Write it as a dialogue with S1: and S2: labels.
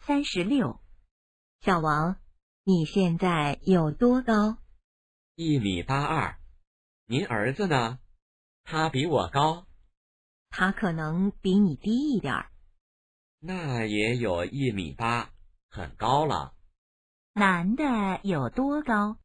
S1: 三十六。小王，你现在有多高？
S2: 一米八二。您儿子呢？他比我高，
S1: 他可能比你低一点儿。
S2: 那也有一米八，很高了。
S1: 男的有多高？